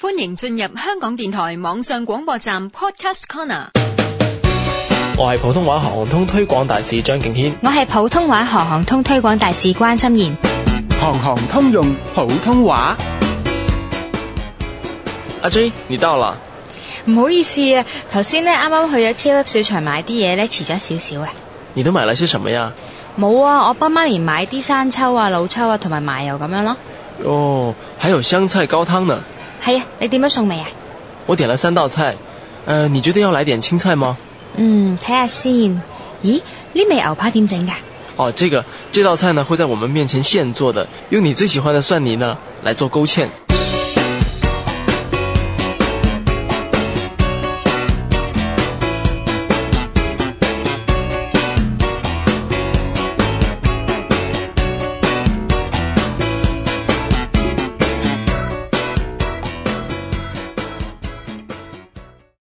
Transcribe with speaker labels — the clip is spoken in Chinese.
Speaker 1: 歡迎進入香港電台網上廣播站 Podcast Corner。
Speaker 2: 我係普通話行行通推廣大使張敬軒。
Speaker 3: 我係普通話行行通推廣大使關心妍。
Speaker 4: 行行通用普通話。
Speaker 2: 阿 J，你到啦！
Speaker 3: 唔好意思啊，頭先呢啱啱去咗超級市場買啲嘢呢，遲咗少少啊。
Speaker 2: 你都買了些什麼呀？
Speaker 3: 冇啊，我幫媽咪買啲生抽啊、老抽啊同埋麻油咁樣咯。
Speaker 2: 哦，還有香菜高湯呢。
Speaker 3: 係啊，你點樣餸未啊？
Speaker 2: 我點了三道菜，呃，你覺得要來點青菜嗎？
Speaker 3: 嗯，睇下先。咦，呢味牛扒點整㗎？
Speaker 2: 哦，這個這道菜呢會在我們面前現做的，用你最喜歡的蒜泥呢來做勾芡。